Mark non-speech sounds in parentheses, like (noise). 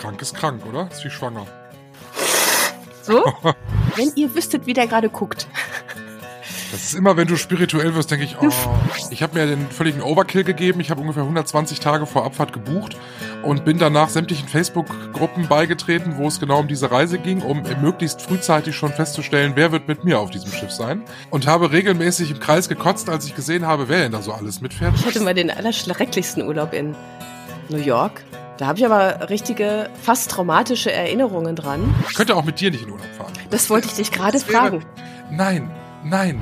krank ist krank, oder? Ist wie schwanger. (laughs) So? Wenn ihr wüsstet, wie der gerade guckt. Das ist immer, wenn du spirituell wirst, denke ich, oh, ich habe mir den völligen Overkill gegeben. Ich habe ungefähr 120 Tage vor Abfahrt gebucht und bin danach sämtlichen Facebook-Gruppen beigetreten, wo es genau um diese Reise ging, um möglichst frühzeitig schon festzustellen, wer wird mit mir auf diesem Schiff sein. Und habe regelmäßig im Kreis gekotzt, als ich gesehen habe, wer denn da so alles mitfährt. Ich hatte mal den allerschrecklichsten Urlaub in New York. Da habe ich aber richtige, fast traumatische Erinnerungen dran. Ich könnte auch mit dir nicht in Urlaub fahren. Das wollte ich dich gerade Das wäre- fragen. Nein, nein.